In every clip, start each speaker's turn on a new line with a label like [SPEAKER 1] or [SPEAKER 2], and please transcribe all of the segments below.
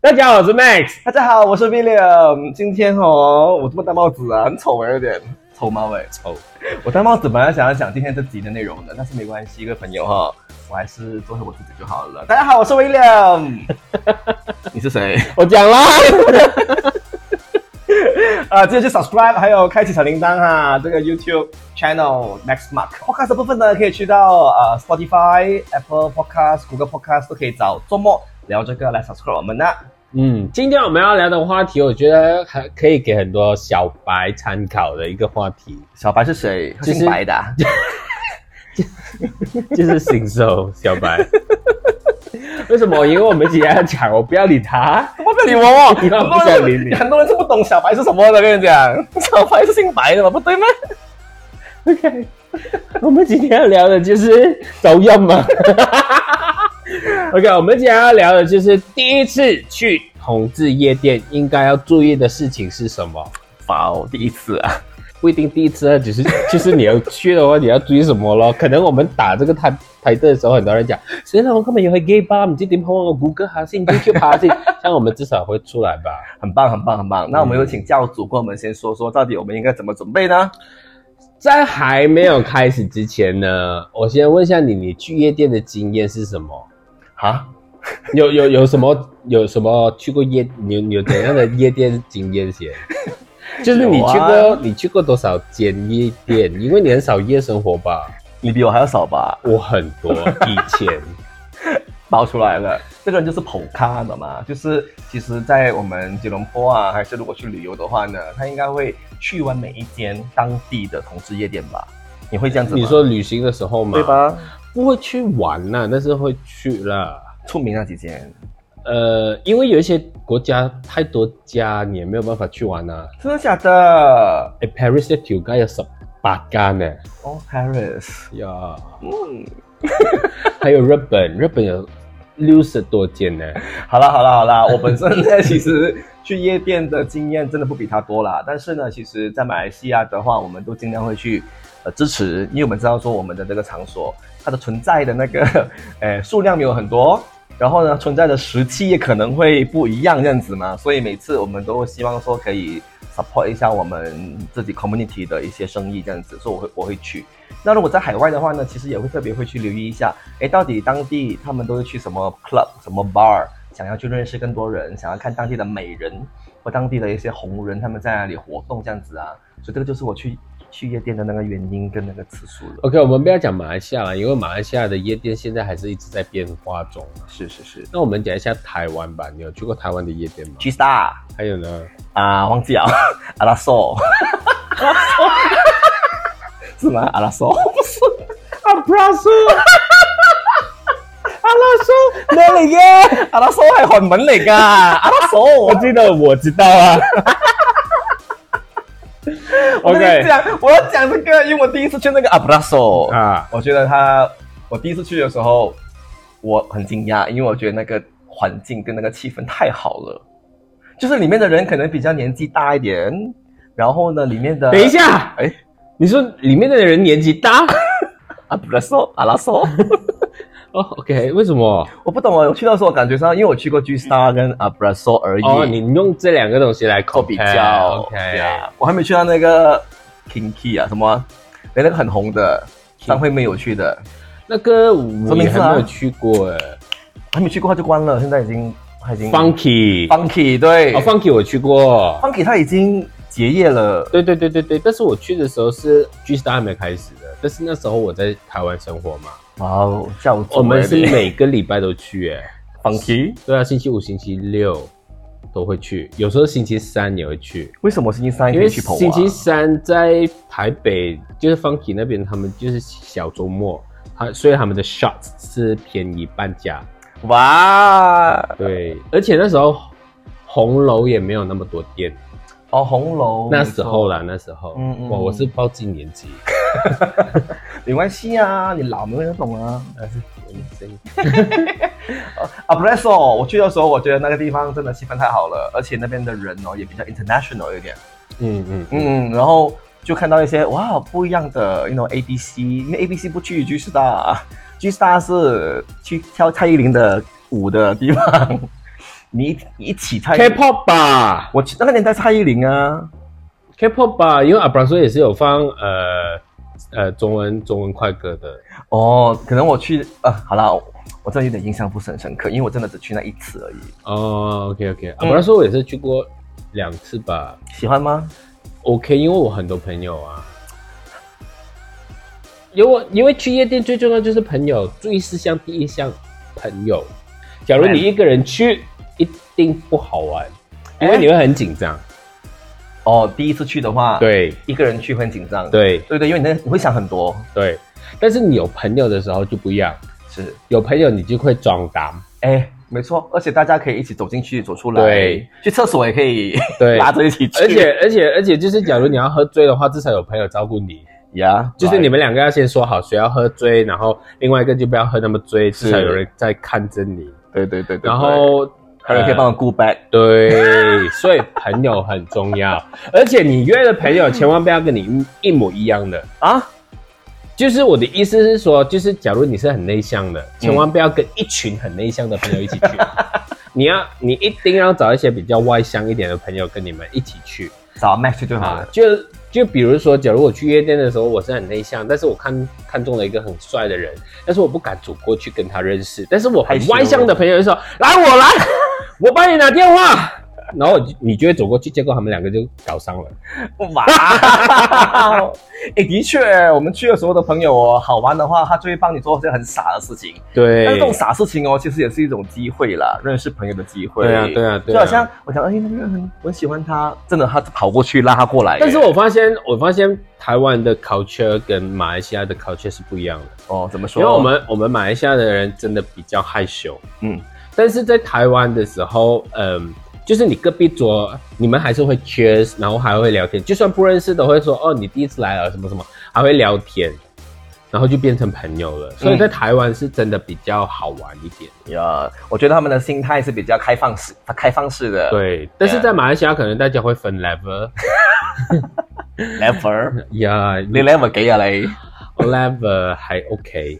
[SPEAKER 1] 大家好，我是 Max。
[SPEAKER 2] 大家好，我是 William。今天哦，我这么戴帽子啊，很丑哎，有点丑吗？喂，
[SPEAKER 1] 丑，
[SPEAKER 2] 我戴帽子本来想要讲今天这集的内容的，但是没关系，各位朋友哈、我还是做回我自己就好了。大家好，我是 William。你是 谁？
[SPEAKER 1] 我讲啦，
[SPEAKER 2] 啊，记得去 subscribe，还有开启小铃铛哈。这个 YouTube channel Max Mark Podcast 的部分呢，可以去到呃 Spotify、Apple Podcast、Google Podcast 都可以找周末聊这个来 subscribe 我们 呢。啊
[SPEAKER 1] 嗯，今天我们要聊的话题，我觉得还可以给很多小白参考的一个话 题，
[SPEAKER 2] 小白是谁？
[SPEAKER 1] 其
[SPEAKER 2] 他
[SPEAKER 1] 实
[SPEAKER 2] 姓白的啊、
[SPEAKER 1] 就是新手小白。为什么？因为我们今天要讲，我不要理他。
[SPEAKER 2] 我不理我哦，
[SPEAKER 1] 你
[SPEAKER 2] 很
[SPEAKER 1] 看我
[SPEAKER 2] 多
[SPEAKER 1] 不想理
[SPEAKER 2] 人
[SPEAKER 1] 你
[SPEAKER 2] 是很多人是不懂小白是什么的，跟你讲，小白是姓白的嘛，不对吗？
[SPEAKER 1] OK，我们今天要聊的就是走样嘛。OK，我们今天要聊的就是第一次去同志夜店应该要注意的事情是什么？
[SPEAKER 2] 哇哦，第一次啊，
[SPEAKER 1] 不一定第一次啊，只是 就是你要去的话，你要注意什么咯？可能我们打这个台台的时候，很多人讲，谁让我今日要去 gay bar，唔知點好啊，我谷歌下先，YouTube 下先， 像我们至少会出来吧。
[SPEAKER 2] 很棒，很棒，很棒。那我们有请教主跟我们先说说，到底我们应该怎么准备呢？
[SPEAKER 1] 在还没有开始之前呢，我先问一下你，你去夜店的经验是什么？
[SPEAKER 2] 啊，
[SPEAKER 1] 有有有什么有什么去过夜，你你有怎样的夜店经验 先？就是你去过、
[SPEAKER 2] 有啊
[SPEAKER 1] 你去过多少间夜店？因为你很少夜生活吧？
[SPEAKER 2] 你比我还要少吧？
[SPEAKER 1] 我很多，以前。
[SPEAKER 2] 爆出来了，这个人就是捧咖的嘛，就是其实，在我们吉隆坡啊，还是如果去旅游的话呢，他应该会去完每一间当地的同志夜店吧？你会这样子吗？
[SPEAKER 1] 你说旅行的时候嘛，
[SPEAKER 2] 对？吧？
[SPEAKER 1] 不会去玩啦，但是会去啦。
[SPEAKER 2] 出名那几间，
[SPEAKER 1] 呃，因为有一些国家太多家，你也没有办法去玩啦、啊。
[SPEAKER 2] 真的假的？
[SPEAKER 1] 诶 p a r i s 的酒街有十八间呢，
[SPEAKER 2] 哦，Paris。
[SPEAKER 1] 呀，
[SPEAKER 2] 嗯，
[SPEAKER 1] 还有日本，日本有六十多间呢。
[SPEAKER 2] 好啦好啦好啦，我本身呢其实去夜店的经验真的不比他多啦，但是呢，其实，在马来西亚的话，我们都尽量会去呃支持，因为我们知道说我们的这个场所它的存在的那个 呃数量没有很多，然后呢存在的时期也可能会不一样这样子嘛，所以每次我们都希望说可以 support 一下我们自己 community 的一些生意这样子，所以我会我会去。那如果在海外的话呢，其实也会特别会去留意一下，诶，到底当地他们都是去什么 club、什么 bar，想要去认识更多人，想要看当地的美人或当地的一些红人他们在哪里活动这样子啊。所以这个就是我去去夜店的那个原因跟那个次数了。
[SPEAKER 1] OK，我们不要讲马来西亚了，因为马来西亚的夜店现在还是一直在变化中。
[SPEAKER 2] 是是是
[SPEAKER 1] 那我们讲一下台湾吧，你有去过台湾的夜店吗？
[SPEAKER 2] ，G Star
[SPEAKER 1] 还有呢？
[SPEAKER 2] 啊，忘记了， 阿拉索， 是吗？阿拉索不是
[SPEAKER 1] 阿布拉苏，阿拉苏，
[SPEAKER 2] 咩嚟嘅？阿拉索系韩文 嚟噶，阿拉索。
[SPEAKER 1] 我记得我知道 啊。
[SPEAKER 2] 我跟你
[SPEAKER 1] OK
[SPEAKER 2] 讲，我要讲这个，因为我第一次去那个阿布拉索
[SPEAKER 1] 啊，
[SPEAKER 2] 我觉得他，我第一次去的时候，我很惊讶，因为我觉得那个环境跟那个气氛太好了，就是里面的人可能比较年纪大一点，然后呢，里面的
[SPEAKER 1] 等一下，
[SPEAKER 2] 哎，
[SPEAKER 1] 你说里面的人年纪 大？
[SPEAKER 2] 阿布拉索，阿拉索，
[SPEAKER 1] 哦，OK，为什么？
[SPEAKER 2] 我不懂哦，我去到的时候我感觉上，因为我去过 G Star 跟阿布拉索而已，
[SPEAKER 1] 哦，你用这两个东西来
[SPEAKER 2] 做
[SPEAKER 1] compare，
[SPEAKER 2] 比较
[SPEAKER 1] OK，
[SPEAKER 2] yeah，我还没去到那个 Kinky 啊，什么，连那个很红的张惠妹有去的，
[SPEAKER 1] 那个我
[SPEAKER 2] 什么名
[SPEAKER 1] 也
[SPEAKER 2] 字
[SPEAKER 1] 还
[SPEAKER 2] 啊
[SPEAKER 1] 没有去过哎
[SPEAKER 2] 还没去过他就关了，现在已经他已经
[SPEAKER 1] ，Funky，
[SPEAKER 2] Funky 对、
[SPEAKER 1] 哦，Funky 我去过，
[SPEAKER 2] Funky 他已经结业了。
[SPEAKER 1] 对对对对对，但是我去的时候是 G Star 还没开始的，但是那时候我在台湾生活嘛，
[SPEAKER 2] 哇哦，教主
[SPEAKER 1] 我们是每个礼拜都去哎。
[SPEAKER 2] Funky，
[SPEAKER 1] 对啊，星期五、星期六都会去，有时候星期三也会去，
[SPEAKER 2] 为什么星期三
[SPEAKER 1] 因
[SPEAKER 2] 可
[SPEAKER 1] 为
[SPEAKER 2] 以去捧啊
[SPEAKER 1] 星期三在台北就是 Funky 那边，他们就是小周末，他所以他们的 shots 是便宜半价。
[SPEAKER 2] 哇
[SPEAKER 1] 对，而且那时候红楼也没有那么多店，
[SPEAKER 2] 哦红楼
[SPEAKER 1] 那时候啦，那时候，
[SPEAKER 2] 嗯嗯
[SPEAKER 1] 哇，
[SPEAKER 2] 嗯
[SPEAKER 1] 我是报进年纪，
[SPEAKER 2] 没关系啊，你老没有人懂啊。
[SPEAKER 1] 但是年
[SPEAKER 2] 嗯
[SPEAKER 1] 纪
[SPEAKER 2] 啊 b r e s o 我去的时候，我觉得那个地方真的气氛太好了，而且那边的人哦也比较 international 一点，
[SPEAKER 1] 嗯嗯嗯，
[SPEAKER 2] 嗯，然后就看到一些哇不一样的 you know A B C，因为 A B C 不去 G Star，G Star 是去跳蔡依林的舞的地方。你一你一起蔡依林，
[SPEAKER 1] K-pop 吧
[SPEAKER 2] 我那个年代蔡依林啊，
[SPEAKER 1] ，K-pop 吧，因为阿布拉索也是有放呃呃中文中文快歌的，
[SPEAKER 2] 哦，可能我去啊，好啦，我我真的有点印象不是很深刻，因为我真的只去那一次而已。
[SPEAKER 1] 哦，OK OK，阿布
[SPEAKER 2] 嗯
[SPEAKER 1] 拉索我也是去过两次吧
[SPEAKER 2] 喜欢吗？
[SPEAKER 1] ，OK，因为我很多朋友啊。因为因为去夜店最重要就是朋友，注意事项第一项，朋友。假如你一个人去，一定不好玩，
[SPEAKER 2] 哎
[SPEAKER 1] 因为你会很紧张。
[SPEAKER 2] 啊哦，第一次去的话，，
[SPEAKER 1] 对
[SPEAKER 2] 一个人去会很紧张。
[SPEAKER 1] 对
[SPEAKER 2] 对对，因为你那你会想很多，
[SPEAKER 1] 对，但是你有朋友的时候就不一样，
[SPEAKER 2] 是，
[SPEAKER 1] 有朋友你就会装胆。
[SPEAKER 2] 哎，没错，而且大家可以一起走进去、走出来，
[SPEAKER 1] 对，
[SPEAKER 2] 去厕所也可以
[SPEAKER 1] 对，
[SPEAKER 2] 拉着一起去，
[SPEAKER 1] 而且而且而且就是，假如你要喝醉的话，至少有朋友照顾你。
[SPEAKER 2] 呀，
[SPEAKER 1] 就是你
[SPEAKER 2] 们
[SPEAKER 1] 们两个要先说好谁要喝醉，然后另外一个就不要喝那么醉，
[SPEAKER 2] 是
[SPEAKER 1] 至少有人在看着你。
[SPEAKER 2] 对对对对，
[SPEAKER 1] 然后呃
[SPEAKER 2] 还有人可以帮我顾 back，
[SPEAKER 1] 对，所以朋友很重要，而且你约的朋友千万不要跟你一模一样的。
[SPEAKER 2] 啊，
[SPEAKER 1] 就是我的意思是说，就是假如你是很内向的，千万不要跟一群很内向的朋友一 起去。你要，你一定要找一些比较外向一点的朋友跟你们一起去
[SPEAKER 2] 找 match 就好
[SPEAKER 1] 啊
[SPEAKER 2] 了。。
[SPEAKER 1] 就就比如说，假如我去夜店的时候，我是很内向，但是我看看中了一个很帅的人，但是我不敢走过去跟他认识。但是我很
[SPEAKER 2] 害羞
[SPEAKER 1] 外向的朋友就说：“来，我来，我帮你拿电话。” 然后我就你就会走过去，结果他们两个就搞上了。啊
[SPEAKER 2] 哇， 哎，的确，我们去的时候的朋友哦，好玩的话，他就会帮你做一些很傻的事情。但是
[SPEAKER 1] 对
[SPEAKER 2] 这种傻事情哦，其实也是一种机会啦，认识朋友的机会。
[SPEAKER 1] 对啊，对啊，对
[SPEAKER 2] 就
[SPEAKER 1] 啊。
[SPEAKER 2] 好像我想，哎，那个人很我很喜欢他，真的，他跑过去拉他过来。
[SPEAKER 1] 但是我发现，我发现台湾的 culture 跟马来西亚的 culture 是不一样的，
[SPEAKER 2] 哦，怎么说？
[SPEAKER 1] 因为我们我们马来西亚的人真的比较害羞，
[SPEAKER 2] 嗯，
[SPEAKER 1] 但是在台湾的时候，嗯，就是你隔壁桌，你们还是会 cheers，然后还会聊天，就算不认识的会说哦，你第一次来啊，什么什么，还会聊天，然后就变成朋友
[SPEAKER 2] 嗯
[SPEAKER 1] 了。所以在台湾是真的比较好玩一点，
[SPEAKER 2] 呀，呃我觉得他们的心态是比较开放式、开放式的。
[SPEAKER 1] 对。但是在马来西亚可能大家会分 level，
[SPEAKER 2] ，level，
[SPEAKER 1] 呀
[SPEAKER 2] 你 level 几啊你？
[SPEAKER 1] level 还 OK。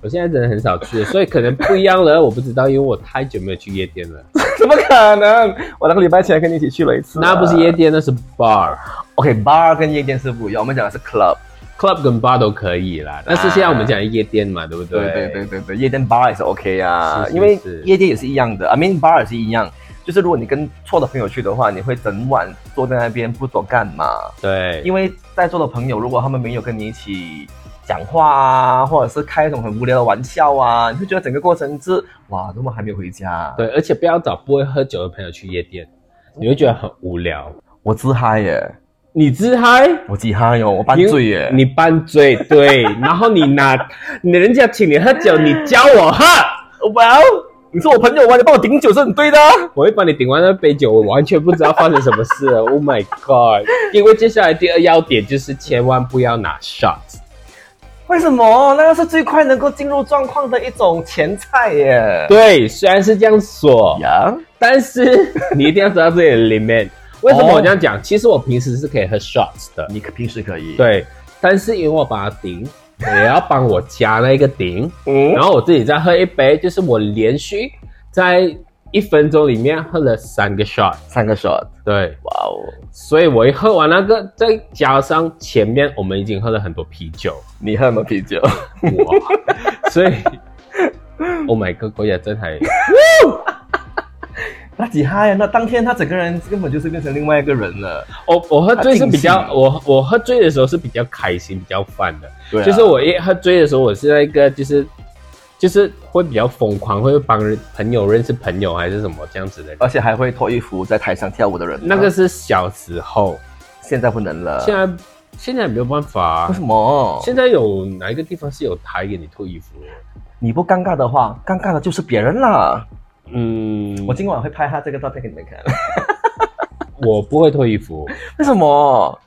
[SPEAKER 1] 我现在真的很少去了，所以可能不一样了，我不知道，因为我太久没有去夜店了。
[SPEAKER 2] 怎么可能？我两个礼拜前跟你一起去了一次啊、
[SPEAKER 1] 那不是夜店，那是 bar。
[SPEAKER 2] OK，bar 跟夜店是不一样，我们讲的是 club。
[SPEAKER 1] club 跟 bar 都可以啦，但是现在我们讲夜店嘛，对不对？
[SPEAKER 2] 啊对对对对对，夜店 bar 也是 OK 啊，
[SPEAKER 1] 是是
[SPEAKER 2] 因为
[SPEAKER 1] 是
[SPEAKER 2] 夜店也是一样的，I mean bar 也是一样。就是如果你跟错的朋友去的话，你会整晚坐在那边不懂干嘛。
[SPEAKER 1] 对
[SPEAKER 2] 因为在座的朋友，如果他们没有跟你一起讲话啊，或者是开一种很无聊的玩笑啊，你会觉得整个过程是哇，怎么还没有回家？，啊
[SPEAKER 1] 对，而且不要找不会喝酒的朋友去夜店，你会觉得很无聊。
[SPEAKER 2] 我自嗨耶，
[SPEAKER 1] 你自嗨，
[SPEAKER 2] 我自嗨哟，我半醉耶，
[SPEAKER 1] 你拌醉，对，然后你拿，你人家请你喝酒，你教我喝，
[SPEAKER 2] Well，你是我朋友啊，你帮我顶酒是很对的啊。
[SPEAKER 1] 我会帮你顶完那杯酒，我完全不知道发生什么事了。oh my god！因为接下来第二要点就是千万不要拿 shot。
[SPEAKER 2] 为什么？那个是最快能够进入状况的一种前菜耶。
[SPEAKER 1] 对，虽然是这样说，
[SPEAKER 2] 呀，
[SPEAKER 1] 但是你一定要知道自己的 limit。为什么
[SPEAKER 2] 哦
[SPEAKER 1] 我这样讲？其实我平时是可以喝 shots 的，
[SPEAKER 2] 你可平时可以。，
[SPEAKER 1] 对，但是因为我把它顶，我也要帮我加那个顶，
[SPEAKER 2] 嗯
[SPEAKER 1] 然，后我自己再喝一杯，就是我连续在一分钟里面喝了三个 shot。
[SPEAKER 2] 三个 shot，
[SPEAKER 1] 对，
[SPEAKER 2] 哇哦，
[SPEAKER 1] 所以我一喝完那个，再加上前面我们已经喝了很多啤酒，
[SPEAKER 2] 你喝什么啤 酒？
[SPEAKER 1] 哇，所以，Oh my god，嗰日真係
[SPEAKER 2] 那几嗨啊呀！那当天他整个人根本就是变成另外一个人了。
[SPEAKER 1] 我我喝醉是比
[SPEAKER 2] 啊
[SPEAKER 1] 较
[SPEAKER 2] 尽兴
[SPEAKER 1] 我我喝醉的时候是比较开心、比较 fun 的，
[SPEAKER 2] 对啊
[SPEAKER 1] 就是我一喝醉的时候，我是那个就是就是会比较疯狂，会帮人朋友认识朋友还是什么这样子的人。
[SPEAKER 2] 而且还会脱衣服在台上跳舞的人。啊
[SPEAKER 1] 那个是小时候，
[SPEAKER 2] 现在不能了。
[SPEAKER 1] 现在现在没有办法啊、
[SPEAKER 2] 为什么？
[SPEAKER 1] 现在有哪一个地方是有台给你脱衣服的？
[SPEAKER 2] 你不尴尬的话，尴尬的就是别人啦。
[SPEAKER 1] 嗯，
[SPEAKER 2] 我今晚会拍他这个照片给你们看。
[SPEAKER 1] 我不会脱衣服，
[SPEAKER 2] 为什么？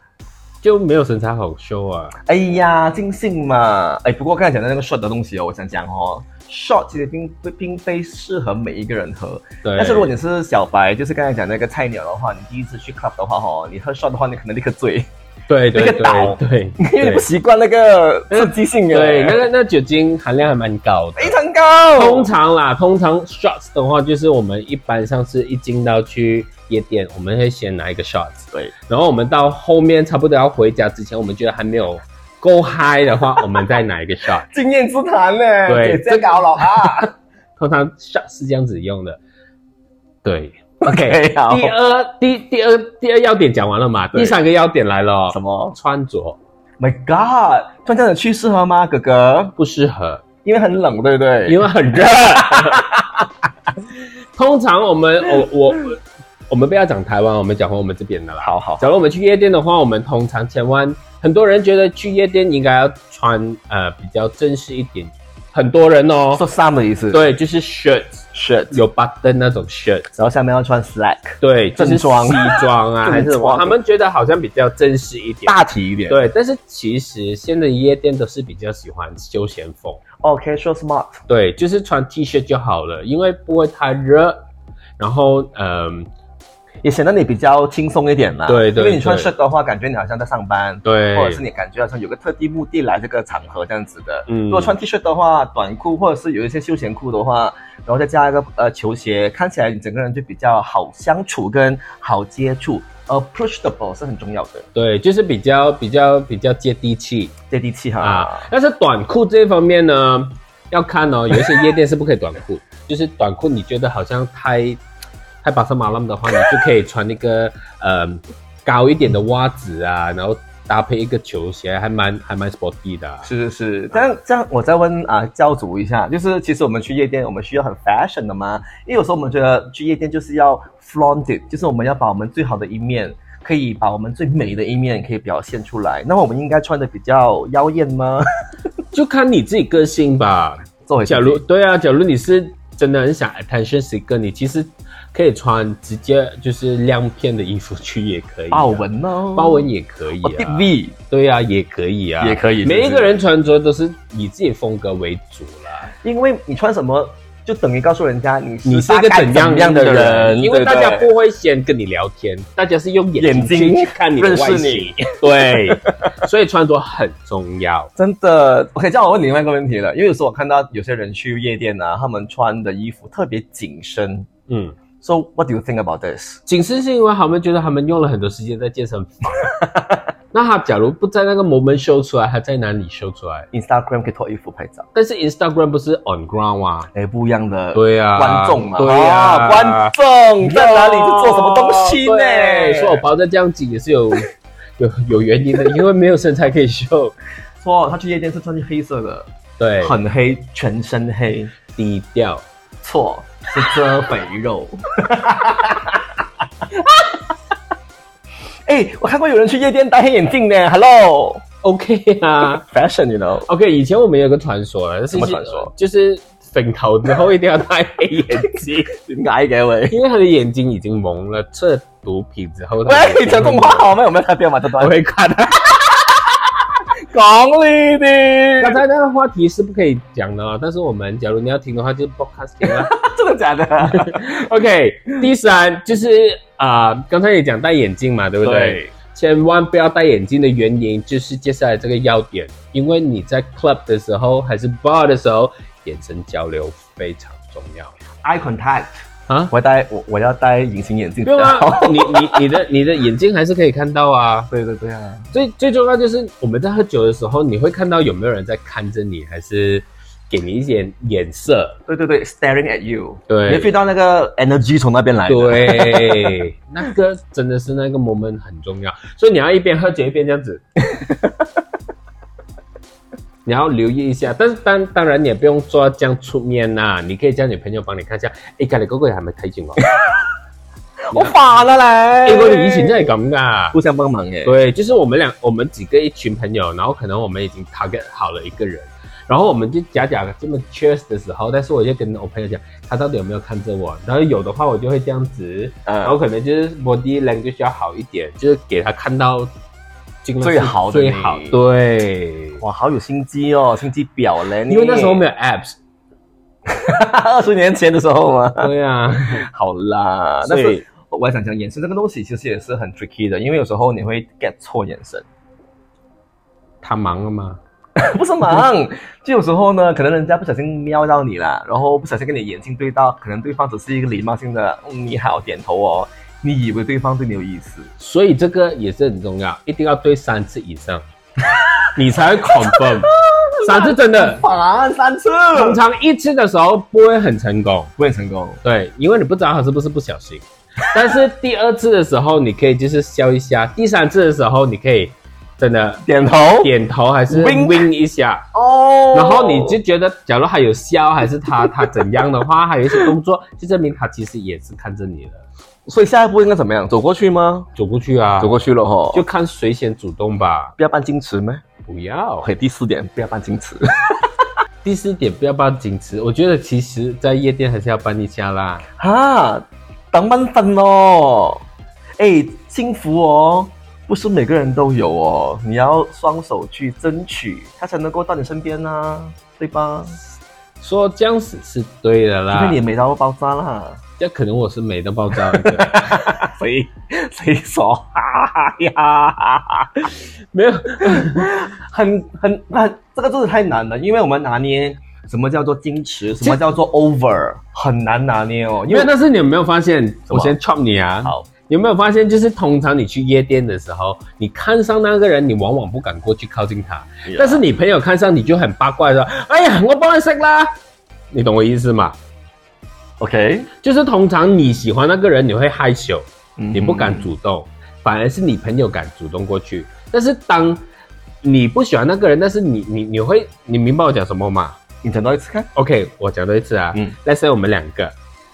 [SPEAKER 1] 就没有身材好修啊。
[SPEAKER 2] 哎呀，尽兴嘛！哎，不过刚才讲的那个 shot 的东西哦，我想讲哦，shot 其实并并并非适合每一个人喝。
[SPEAKER 1] 对，
[SPEAKER 2] 但是如果你是小白，就是刚才讲那个菜鸟的话，你第一次去 club 的话哦，你喝 shot 的话，你可能立刻醉，
[SPEAKER 1] 对对
[SPEAKER 2] 那
[SPEAKER 1] 对
[SPEAKER 2] 个岛
[SPEAKER 1] 对，
[SPEAKER 2] 因为你不习惯那个刺激性啊。哎
[SPEAKER 1] 对，那个那酒精含量还蛮高的。
[SPEAKER 2] 非常糕。
[SPEAKER 1] 通常啦，通常 shots 的话，就是我们一般上是一进到去夜店，我们会先拿一个 shots，
[SPEAKER 2] 对，
[SPEAKER 1] 然后我们到后面差不多要回家之前，我们觉得还没有够嗨的话， 我们再拿一个 shot。
[SPEAKER 2] 经验之谈呢，
[SPEAKER 1] 对
[SPEAKER 2] 这搞了 啊。
[SPEAKER 1] 通常 shot 是这样子用的。对
[SPEAKER 2] OK，好
[SPEAKER 1] 第二第第二第二要点讲完了嘛？
[SPEAKER 2] 对
[SPEAKER 1] 第三个要点来了哦，
[SPEAKER 2] 什么
[SPEAKER 1] 穿着
[SPEAKER 2] ？My God，穿这样的去适合吗，哥哥？
[SPEAKER 1] 不适合，
[SPEAKER 2] 因为很冷，对不对？
[SPEAKER 1] 因为很热。通常我们我我我们不要讲台湾，我们讲回我们这边的啦。
[SPEAKER 2] 好好，
[SPEAKER 1] 假如我们去夜店的话，我们通常千万，很多人觉得去夜店应该要穿呃比较正式一点，很多人哦，
[SPEAKER 2] 说 Sam 的意思，
[SPEAKER 1] 对，就是 shirt
[SPEAKER 2] ，shirt，
[SPEAKER 1] 有 button 那种 shirt，
[SPEAKER 2] 然后下面要穿 slack，
[SPEAKER 1] 对，就
[SPEAKER 2] 正
[SPEAKER 1] 是西
[SPEAKER 2] 装
[SPEAKER 1] 装啊，
[SPEAKER 2] 正
[SPEAKER 1] 还是什么，
[SPEAKER 2] 装
[SPEAKER 1] 他们觉得好像比较正式一点。
[SPEAKER 2] 大体一点。
[SPEAKER 1] 对，但是其实现在夜店都是比较喜欢休闲风，
[SPEAKER 2] ，OK，说 smart，
[SPEAKER 1] 对，就是穿 T 恤就好了，因为不会太热。然后，嗯、
[SPEAKER 2] 也显得你比较轻松一点啦。
[SPEAKER 1] 对对
[SPEAKER 2] 因为你穿
[SPEAKER 1] 对
[SPEAKER 2] shirt 的话，感觉你好像在上班，
[SPEAKER 1] 对，
[SPEAKER 2] 或者是你感觉好像有个特地目的来这个场合这样子的。
[SPEAKER 1] 嗯
[SPEAKER 2] 如果穿 T 恤的话，短裤或者是有一些休闲裤的话，然后再加一个呃球鞋，看起来你整个人就比较好相处跟好接触，approachable 是很重要的，
[SPEAKER 1] 对，就是比较比较比较接地气。
[SPEAKER 2] 接地气哈。
[SPEAKER 1] 啊。但是短裤这一方面呢，要看 哦，有一些夜店是不可以短裤，就是短裤你觉得好像太太巴塞马浪的话，你就可以穿那个 呃高一点的袜子啊，然后搭配一个球鞋，还蛮还蛮 sporty 的啊、
[SPEAKER 2] 是是是，但这样我再问啊教主一下，就是其实我们去夜店，我们需要很 fashion 的吗？因为有时候我们觉得去夜店就是要 flaunt it，就是我们要把我们最好的一面，可以把我们最美的一面可以表现出来。那我们应该穿的比较妖艳吗？
[SPEAKER 1] 就看你自己个性吧。
[SPEAKER 2] 做回自己
[SPEAKER 1] 假如对啊，假如你是真的很想 attention seeker，你其实可以穿直接就是亮片的衣服去也可以、啊
[SPEAKER 2] 豹。纹呢？
[SPEAKER 1] 豹纹也可以、
[SPEAKER 2] 哦
[SPEAKER 1] 啊，
[SPEAKER 2] ，Deep V
[SPEAKER 1] 对呀、也可以啊，
[SPEAKER 2] 也可以是不是
[SPEAKER 1] 每一个人穿着都是以自己风格为主啦。
[SPEAKER 2] 因为你穿什么，就等于告诉人家你
[SPEAKER 1] 你
[SPEAKER 2] 你
[SPEAKER 1] 是一个
[SPEAKER 2] 怎
[SPEAKER 1] 怎样
[SPEAKER 2] 样
[SPEAKER 1] 的
[SPEAKER 2] 的人，
[SPEAKER 1] 人？因为大家
[SPEAKER 2] 对
[SPEAKER 1] 不会先跟你聊天，大家是用眼睛
[SPEAKER 2] 眼睛
[SPEAKER 1] 去看你的外
[SPEAKER 2] 认识
[SPEAKER 1] 形
[SPEAKER 2] 你，
[SPEAKER 1] 对， 所以穿着很重要。
[SPEAKER 2] 真的，OK，这样我问你另外一个问题了，因为有时候我看到有些人去夜店啊，他们穿的衣服特别紧身。
[SPEAKER 1] 嗯，
[SPEAKER 2] So what do you think about this？
[SPEAKER 1] 仅是是因为他们觉得他们用了很多时间在健身 房，那他假如不在那个 moment show 出来，他在哪里 show 出来？
[SPEAKER 2] Instagram 可以脱衣服拍照，
[SPEAKER 1] 但是 Instagram 不是 on ground 啊？
[SPEAKER 2] 哎，不一样的，
[SPEAKER 1] 对啊
[SPEAKER 2] 观众嘛，
[SPEAKER 1] 对
[SPEAKER 2] 哦
[SPEAKER 1] 啊
[SPEAKER 2] 观众在哪里就做什么东西
[SPEAKER 1] 哦对啊
[SPEAKER 2] 呢？
[SPEAKER 1] 说我包在这样紧也是有 有有原因的，因为没有身材可以 秀。
[SPEAKER 2] 说他去夜店是穿黑色的，
[SPEAKER 1] 对，
[SPEAKER 2] 很黑，全身黑，
[SPEAKER 1] 低调。
[SPEAKER 2] 错，是遮肥 肉。哎，我看过有人去夜店戴黑眼镜呢，Hello，fashion
[SPEAKER 1] OK 啊
[SPEAKER 2] you know，
[SPEAKER 1] ，OK。以前我们有个传说，啊就是
[SPEAKER 2] 什么传说
[SPEAKER 1] 就是粉头之后一定要戴黑 眼镜，
[SPEAKER 2] 点解嘅喂？
[SPEAKER 1] 因为他的眼睛已经蒙了，这毒品之后。
[SPEAKER 2] 喂，讲广话，好咩？有咩特别嘛？得
[SPEAKER 1] 我
[SPEAKER 2] 得，
[SPEAKER 1] 会看。
[SPEAKER 2] 讲啊呢啲
[SPEAKER 1] 刚才那个话题是不可以讲的啊，但是我们假如你要听的话，就是 podcast 听 啊。
[SPEAKER 2] 真的假的？
[SPEAKER 1] OK，第三就是啊、呃刚才也讲戴眼镜嘛，对不对？
[SPEAKER 2] 对
[SPEAKER 1] 千万不要戴眼镜的原因就是接下来这个要点，因为你在 club 的时候还是 bar 的时候，眼神交流非常重要
[SPEAKER 2] eye contact，
[SPEAKER 1] 啊。
[SPEAKER 2] 我戴我我要戴隐形眼镜
[SPEAKER 1] 不用 啊，你你你的你的眼睛还是可以看到啊。
[SPEAKER 2] 对对对啊，
[SPEAKER 1] 最最重要就是我们在喝酒的时候，你会看到有没有人在看着你，还是给你一点眼色。
[SPEAKER 2] 对对对，staring at you，
[SPEAKER 1] 对
[SPEAKER 2] 你会 feel 到那个 energy 从那边来的，
[SPEAKER 1] 对， 那个真的是那个 moment 很重要，所以你要一边喝酒一边这样子， 你要留意一下。但是当当然你也不用做到这样出面呐、你可以叫你朋友帮你看一下，哎，隔篱嗰個人係咪睇住 我？
[SPEAKER 2] 好烦啊你！
[SPEAKER 1] 因為你以前真係咁噶。
[SPEAKER 2] 互相帮忙嘅，
[SPEAKER 1] 啊对，就是我们两我们几个一群朋友，然后可能我们已经 target 好了一个人，然后我们就假假这么 cheers 的时候，但是我就跟我朋友讲，他到底有没有看着我？然后有的话，我就会这样子，
[SPEAKER 2] 嗯
[SPEAKER 1] 然后可能就是 body language 要好一点，就是给他看到尽量是
[SPEAKER 2] 最好的
[SPEAKER 1] 最
[SPEAKER 2] 你
[SPEAKER 1] 好，对，
[SPEAKER 2] 哇，好有心机哦，心机婊嘞！
[SPEAKER 1] 因为那时候没
[SPEAKER 2] 有
[SPEAKER 1] 有 apps，
[SPEAKER 2] 二十年前的时候嘛，
[SPEAKER 1] 对啊，
[SPEAKER 2] 好啦，但
[SPEAKER 1] 所以
[SPEAKER 2] 是我还想讲眼神这个东西其实也是 很 tricky 的，因为有时候你会 get 错眼神。
[SPEAKER 1] 他忙了吗？
[SPEAKER 2] 不是盲，就有时候呢，可能人家不小心瞄到你了，然后不小心跟你眼睛对到，可能对方只是一个礼貌性的“嗯，你好”点头哦，你以为对方对你有意思，
[SPEAKER 1] 所以这个也是很重要，一定要对三次以上， 你才会 confirm。三次真的，
[SPEAKER 2] 反三次，
[SPEAKER 1] 通常一次的时候不会很成功，
[SPEAKER 2] 不会成功。
[SPEAKER 1] 对，因为你不知道他是不是不小心。但是第二次的时候，你可以就是笑一下；第三次的时候，你可以真的
[SPEAKER 2] 点头
[SPEAKER 1] 点头还是
[SPEAKER 2] Wink
[SPEAKER 1] win 一下。
[SPEAKER 2] 哦，
[SPEAKER 1] 然后你就觉得，假如他有笑，还是他他怎样的话，还有一些动作，就证明他其实也是看着你了，
[SPEAKER 2] 所以下一步应该怎么样？走过去吗？
[SPEAKER 1] 走过去啊，
[SPEAKER 2] 走过去了哈，
[SPEAKER 1] 就
[SPEAKER 2] 就
[SPEAKER 1] 看谁先主动吧。
[SPEAKER 2] 不要扮矜持咩
[SPEAKER 1] 不要。
[SPEAKER 2] ？OK，第四点，不要扮矜持。
[SPEAKER 1] 第四点，不要扮矜持。我觉得其实，在夜店还是要扮一下啦。
[SPEAKER 2] 哈，当班粉哦，哎，幸福哦，不是每个人都有哦，你要双手去争取，他才能够到你身边啊，对吧？
[SPEAKER 1] 说这样子是对的
[SPEAKER 2] 除非
[SPEAKER 1] 啦
[SPEAKER 2] 你，也美到爆炸啦，
[SPEAKER 1] 这可能我是美到爆炸的，
[SPEAKER 2] 谁谁说？哈哈呀，
[SPEAKER 1] 没有
[SPEAKER 2] 很很那这个真的太难了，因为我们拿捏什么叫做矜持，什么叫做 over，很难拿捏哦，因
[SPEAKER 1] 因为
[SPEAKER 2] 为
[SPEAKER 1] 但是你有没有发现？
[SPEAKER 2] 么
[SPEAKER 1] 我先 chop 你啊！
[SPEAKER 2] 好，
[SPEAKER 1] 有没有发现，就是通常你去夜店的时候，你看上那个人，你往往不敢过去靠近他。
[SPEAKER 2] 啊
[SPEAKER 1] 但是你朋友看上你就很八卦地说：“哎呀，我帮你识啦。”你懂我意思吗？
[SPEAKER 2] OK，
[SPEAKER 1] 就是通常你喜欢那个人，你会害羞，
[SPEAKER 2] 你
[SPEAKER 1] 你不敢主动，反而是你朋友敢主动过去。但是当你不喜欢那个人，但是你你你会，你明白我讲什么吗
[SPEAKER 2] 你讲多一次看
[SPEAKER 1] ？OK，我讲多一次啊。
[SPEAKER 2] 嗯
[SPEAKER 1] 嗯，Let's say 我们两个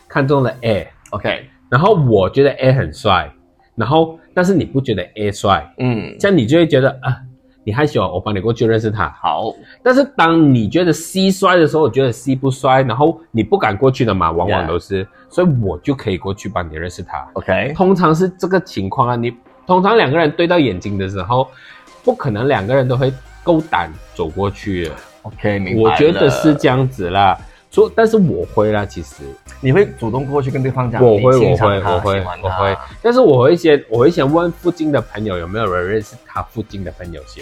[SPEAKER 1] 看中了 A，
[SPEAKER 2] ，OK，
[SPEAKER 1] 然后我觉得 A 很帅，然后但是你不觉得 A 帅，
[SPEAKER 2] 嗯，
[SPEAKER 1] 这样你就会觉得啊，你害羞，我帮你过去认识他。
[SPEAKER 2] 好。
[SPEAKER 1] 但是当你觉得 C 衰的时候，我觉得 C 不衰，然后你不敢过去的嘛，往往
[SPEAKER 2] Yeah
[SPEAKER 1] 都是所以我就可以过去帮你认识他。
[SPEAKER 2] OK，
[SPEAKER 1] 通常是这个情况啊，你通常两个人对到眼睛的时候，不可能两个人都会够胆走过去的，
[SPEAKER 2] OK，明白。
[SPEAKER 1] 我觉得是，这样子啦。所以但是我会啦，其实
[SPEAKER 2] 你会主动过去跟对方讲，
[SPEAKER 1] 我
[SPEAKER 2] 你
[SPEAKER 1] 会，
[SPEAKER 2] 欣
[SPEAKER 1] 我
[SPEAKER 2] 赏
[SPEAKER 1] 会，
[SPEAKER 2] 他
[SPEAKER 1] 我会
[SPEAKER 2] 喜欢，
[SPEAKER 1] 我
[SPEAKER 2] 他
[SPEAKER 1] 会。但是我会先，我会先问附近的朋友有没有人认识他附近的朋友 先。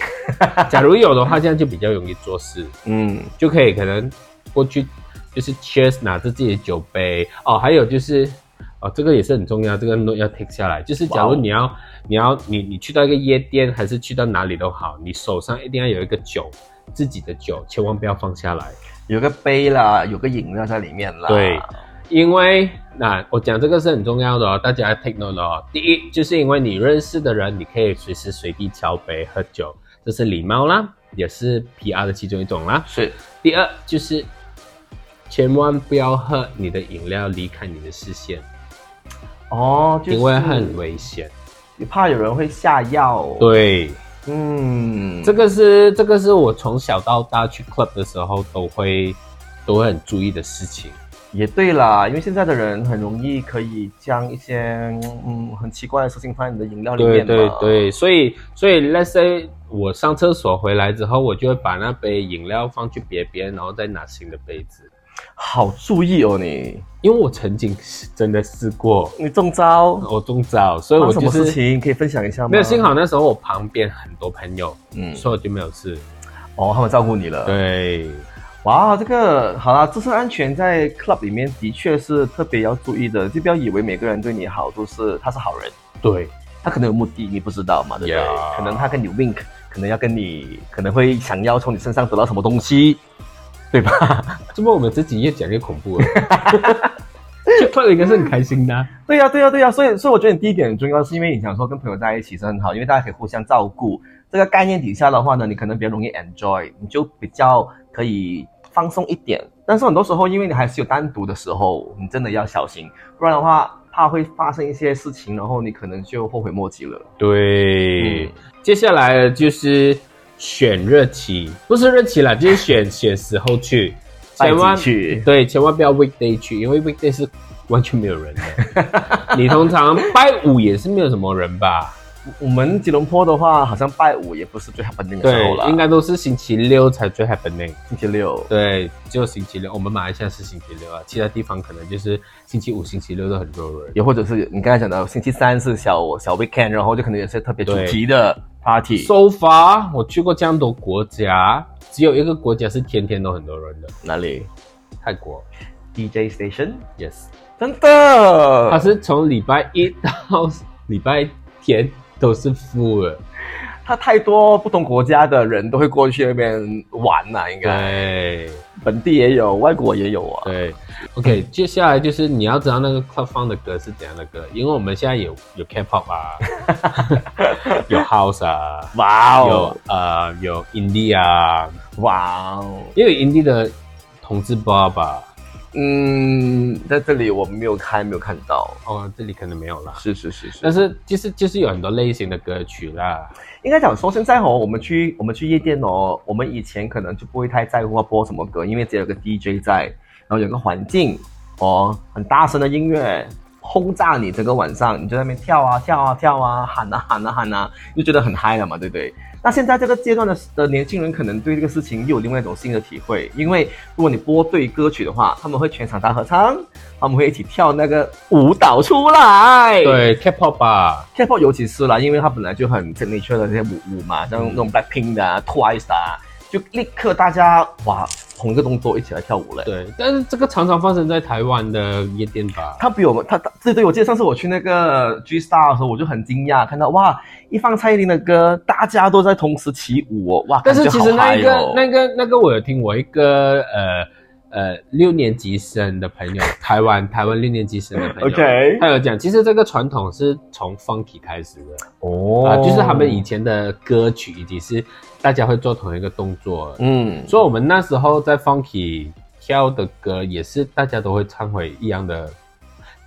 [SPEAKER 1] 假如有的话，这样就比较容易做事。
[SPEAKER 2] 嗯，
[SPEAKER 1] 就可以可能过去就是 cheers 拿着自己的酒杯哦，还有就是哦，这个也是很重要，这个 note 要 take 下来。就是假如
[SPEAKER 2] 哇哦
[SPEAKER 1] 你要你要你你去到一个夜店还是去到哪里都好，你手上一定要有一个酒。自己的酒千万不要放下来，
[SPEAKER 2] 有个杯啦，有个饮料在里面啦。
[SPEAKER 1] 对因为那、我讲这个是很重要的哦，大家要 take note 的哦。第一，就是因为你认识的人，你可以随时随地敲杯喝酒，这是礼貌啦，也是 PR 的其中一种啦。
[SPEAKER 2] 是
[SPEAKER 1] 第二就是，千万不要喝你的饮料离开你的视线，
[SPEAKER 2] 哦，就是
[SPEAKER 1] 因为很危险。
[SPEAKER 2] 怕有人会下药。，
[SPEAKER 1] 对，
[SPEAKER 2] 嗯，
[SPEAKER 1] 这个是这个是我从小到大去 club 的时候都会都会很注意的事情。
[SPEAKER 2] 也对啦，因为现在的人很容易可以将一些嗯很奇怪的事情放在你的饮料里
[SPEAKER 1] 对
[SPEAKER 2] 面嘛。
[SPEAKER 1] 对对，所以所以 let's say 我上厕所回来之后，我就会把那杯饮料放去别边，然后再拿新的杯子。
[SPEAKER 2] 好注意哦你，
[SPEAKER 1] 因为我曾经是真的试过，
[SPEAKER 2] 你中招，
[SPEAKER 1] 我中招，所以
[SPEAKER 2] 发
[SPEAKER 1] 我
[SPEAKER 2] 生什
[SPEAKER 1] 就
[SPEAKER 2] 么事
[SPEAKER 1] 是
[SPEAKER 2] 情可以分享一下吗？
[SPEAKER 1] 没有。幸好那时候我旁边很多朋友，
[SPEAKER 2] 嗯，
[SPEAKER 1] 所以我就没有事。
[SPEAKER 2] 哦，他们照顾你
[SPEAKER 1] 啊
[SPEAKER 2] 了。。
[SPEAKER 1] 对，
[SPEAKER 2] 哇，这个好啦，自身安全在 club 里面的确是特别要注意的，就不要以为每个人对你好都是他是好人，
[SPEAKER 1] 对，
[SPEAKER 2] 他可能有目的，你不知道嘛，对不对
[SPEAKER 1] Yeah
[SPEAKER 2] 可能他跟你 wink，可能要跟你，可能会想要从你身上得到什么东西，对吧？
[SPEAKER 1] 这么我们自己越讲越恐 怖了。去 club 应该是很开心的啊、
[SPEAKER 2] 对呀、对呀、对呀、所以所以我觉得你第一点很重要，是因为你想说跟朋友在一起是很好，因为大家可以互相照顾。这个概念底下的话呢，你可能比较容易 enjoy，你就比较可以放松一点。但是很多时候，因为你还是有单独的时候，你真的要小心，不然的话，怕会发生一些事情，然后你可能就后悔莫及了。
[SPEAKER 1] 对，
[SPEAKER 2] 嗯，
[SPEAKER 1] 接下来就是选日期，不是日期啦，就是选选时候去，千
[SPEAKER 2] 带
[SPEAKER 1] 万
[SPEAKER 2] 进去，
[SPEAKER 1] 对，千万不要 weekday 去，因为 weekday 是完全没有人的。 你通常拜五也是没有什么人吧？
[SPEAKER 2] 我们吉隆坡的话，好像拜五也不是最 happening 的时候了，
[SPEAKER 1] 应该都是星期六才最 happening。
[SPEAKER 2] 星期六。
[SPEAKER 1] 对，就星期六，我们马来西亚是星期六啊，其他地方可能就是星期五、星期六都很多人。
[SPEAKER 2] 也或者是你刚才讲的星期三是小小 weekend，然后就可能有些特别主
[SPEAKER 1] 对
[SPEAKER 2] 题的 party。
[SPEAKER 1] So far，我去过这样多国家，只有一个国家是天天都很多人的，
[SPEAKER 2] 哪里
[SPEAKER 1] 泰国。
[SPEAKER 2] ？DJ station，
[SPEAKER 1] Yes，
[SPEAKER 2] 真的，
[SPEAKER 1] 它是从礼拜一到礼拜天都是 full 的。
[SPEAKER 2] 他太多不同国家的人都会过去那边玩呐、应该
[SPEAKER 1] 对
[SPEAKER 2] 本地也有，外国也有啊。
[SPEAKER 1] 对，OK，接下来就是你要知道那个 club 放的歌是怎样的歌，因为我们现在有有 K-pop 啊，有 house 啊，
[SPEAKER 2] 哇哦
[SPEAKER 1] 有，呃有 indie 啊，
[SPEAKER 2] 哇哦，
[SPEAKER 1] 因为 indie 的同志啊 bar 吧，
[SPEAKER 2] 嗯，在这里我没有看，没有看到。
[SPEAKER 1] 哦这里可能没有啦，
[SPEAKER 2] 是是是是，
[SPEAKER 1] 但是就是就是有很多类型的歌曲啦，
[SPEAKER 2] 应该讲说，现在哦，我们去我们去夜店哦，我们以前可能就不会太在乎要播什么歌，因为只有个 DJ 在，然后有个环境哦，很大声的音乐轰炸你整个晚上，你就在那边跳啊跳啊跳啊，喊啊喊啊喊啊，你就觉得很嗨了嘛，对不对？那现在这个阶段的的年轻人可能对这个事情又有另外一种新的体会，因为如果你播对歌曲的话，他们会全场大合唱，他们会一起跳那个舞蹈出来。。
[SPEAKER 1] 对 K-pop 吧，
[SPEAKER 2] K-pop 尤其是啦，因为它本来就很 signature 的这些舞舞
[SPEAKER 1] 嗯
[SPEAKER 2] 嘛，像那种 Blackpink 的、啊、Twice 的啊，就立刻大家哇同一个动作一起来跳舞嘞。
[SPEAKER 1] 对，但是这个常常发生在台湾的夜店吧，
[SPEAKER 2] 他比我们，他他对对，我记得上次我去那个 G Star 的时候，我就很惊讶，看到哇，一放蔡依林的歌，大家都在同时起舞哦，哇！
[SPEAKER 1] 但是其实那一
[SPEAKER 2] 感觉
[SPEAKER 1] 个、
[SPEAKER 2] 好嗨哦
[SPEAKER 1] 那个那个，我有听我一个呃呃六年级生的朋友，台湾台湾六年级生的朋友
[SPEAKER 2] OK
[SPEAKER 1] 他有讲，其实这个传统是从 funky 开始的
[SPEAKER 2] 哦
[SPEAKER 1] 啊、就是他们以前的歌曲已经是大家会做同一个动作，
[SPEAKER 2] 嗯
[SPEAKER 1] 所以我们那时候在 funky 跳的歌也是大家都会唱回一样的，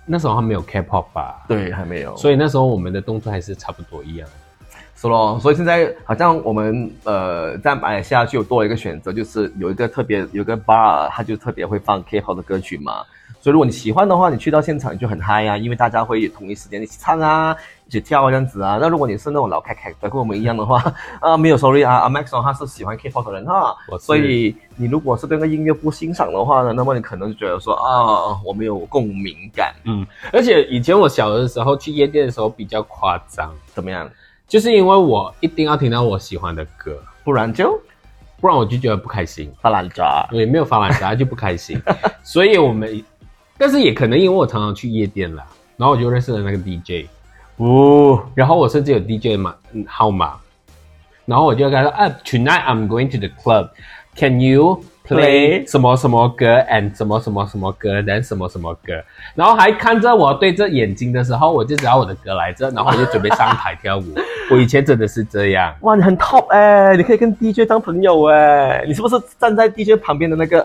[SPEAKER 1] 那时候还没有 K-pop 吧，
[SPEAKER 2] 对还没有，
[SPEAKER 1] 所以那时候我们的动作还是差不多一样的。
[SPEAKER 2] 是咯，所以现在好像我们呃在马来西亚就有多了一个选择，就是有一个特别有一个 bar，它就特别会放 K-pop 的歌曲嘛。所以如果你喜欢的话，你去到现场你就很嗨啊，因为大家会同一时间一起唱啊，一起跳啊这样子啊。那如果你是那种老凯凯的，跟我们一样的话，啊没有 sorry 啊，阿 Max 哦他是喜欢 K-pop 的人哈
[SPEAKER 1] 我，是
[SPEAKER 2] 所以你如果是对那个音乐不欣赏的话呢，那么你可能就觉得说啊我没有共鸣感，
[SPEAKER 1] 而且以前我小的时候去夜店的时候比较夸张，
[SPEAKER 2] 怎么样？
[SPEAKER 1] 就是因为我一定要听到我喜欢的歌，
[SPEAKER 2] 不然就
[SPEAKER 1] 不然我就觉得不开心，啊
[SPEAKER 2] 发烂渣。
[SPEAKER 1] 也没有发完啥就不开 心。所以我们，但是也可能因为我常常去夜店啦，然后我就认识了那个 DJ，
[SPEAKER 2] 哦，
[SPEAKER 1] 然后我甚至有 DJ 码嗯号码，然后我就跟他说，啊，Tonight I'm going to the club, can you play
[SPEAKER 2] Play
[SPEAKER 1] 什么什么歌 and 什么什么什么歌 t h e 什么什么歌，然后还看着我对着眼睛的时候，我就知道我的歌来这，然后我就准备上台跳 舞。我以前真的是这样。
[SPEAKER 2] 哇，你很 top 哎、你可以跟 DJ 当朋友哎、你是不是站在 DJ 旁边的那个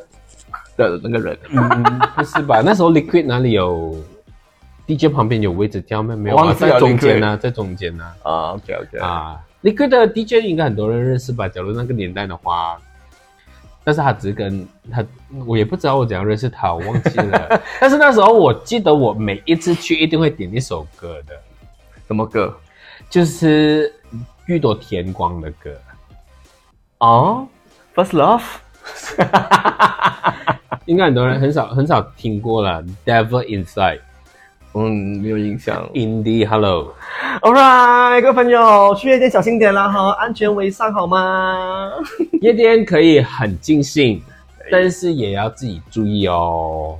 [SPEAKER 2] 的那个人？
[SPEAKER 1] 嗯，不是吧？那时候 Liquid 哪里有 DJ 旁边有位置跳吗？没有啊，
[SPEAKER 2] 忘记了
[SPEAKER 1] 在中间呢、在中间呢
[SPEAKER 2] 啊，OK OK
[SPEAKER 1] 啊 Liquid 的 DJ 应该很多人认识吧？假如那个年代的话，但是他只是跟他，我也不知道我怎样认识他，我忘记了。但是那时候我记得我每一次去一定会点一首歌的，
[SPEAKER 2] 什么歌？
[SPEAKER 1] 就是玉朵田光的歌，啊
[SPEAKER 2] 哦、f i r s t Love，
[SPEAKER 1] 应该很多人很少很少听过了。Devil Inside
[SPEAKER 2] 嗯，没有印象。
[SPEAKER 1] Indie Hello。
[SPEAKER 2] Alright，各位朋友，去夜店小心点啦哈，安全为上好吗？
[SPEAKER 1] 夜店可以很尽兴，但是也要自己注意哦。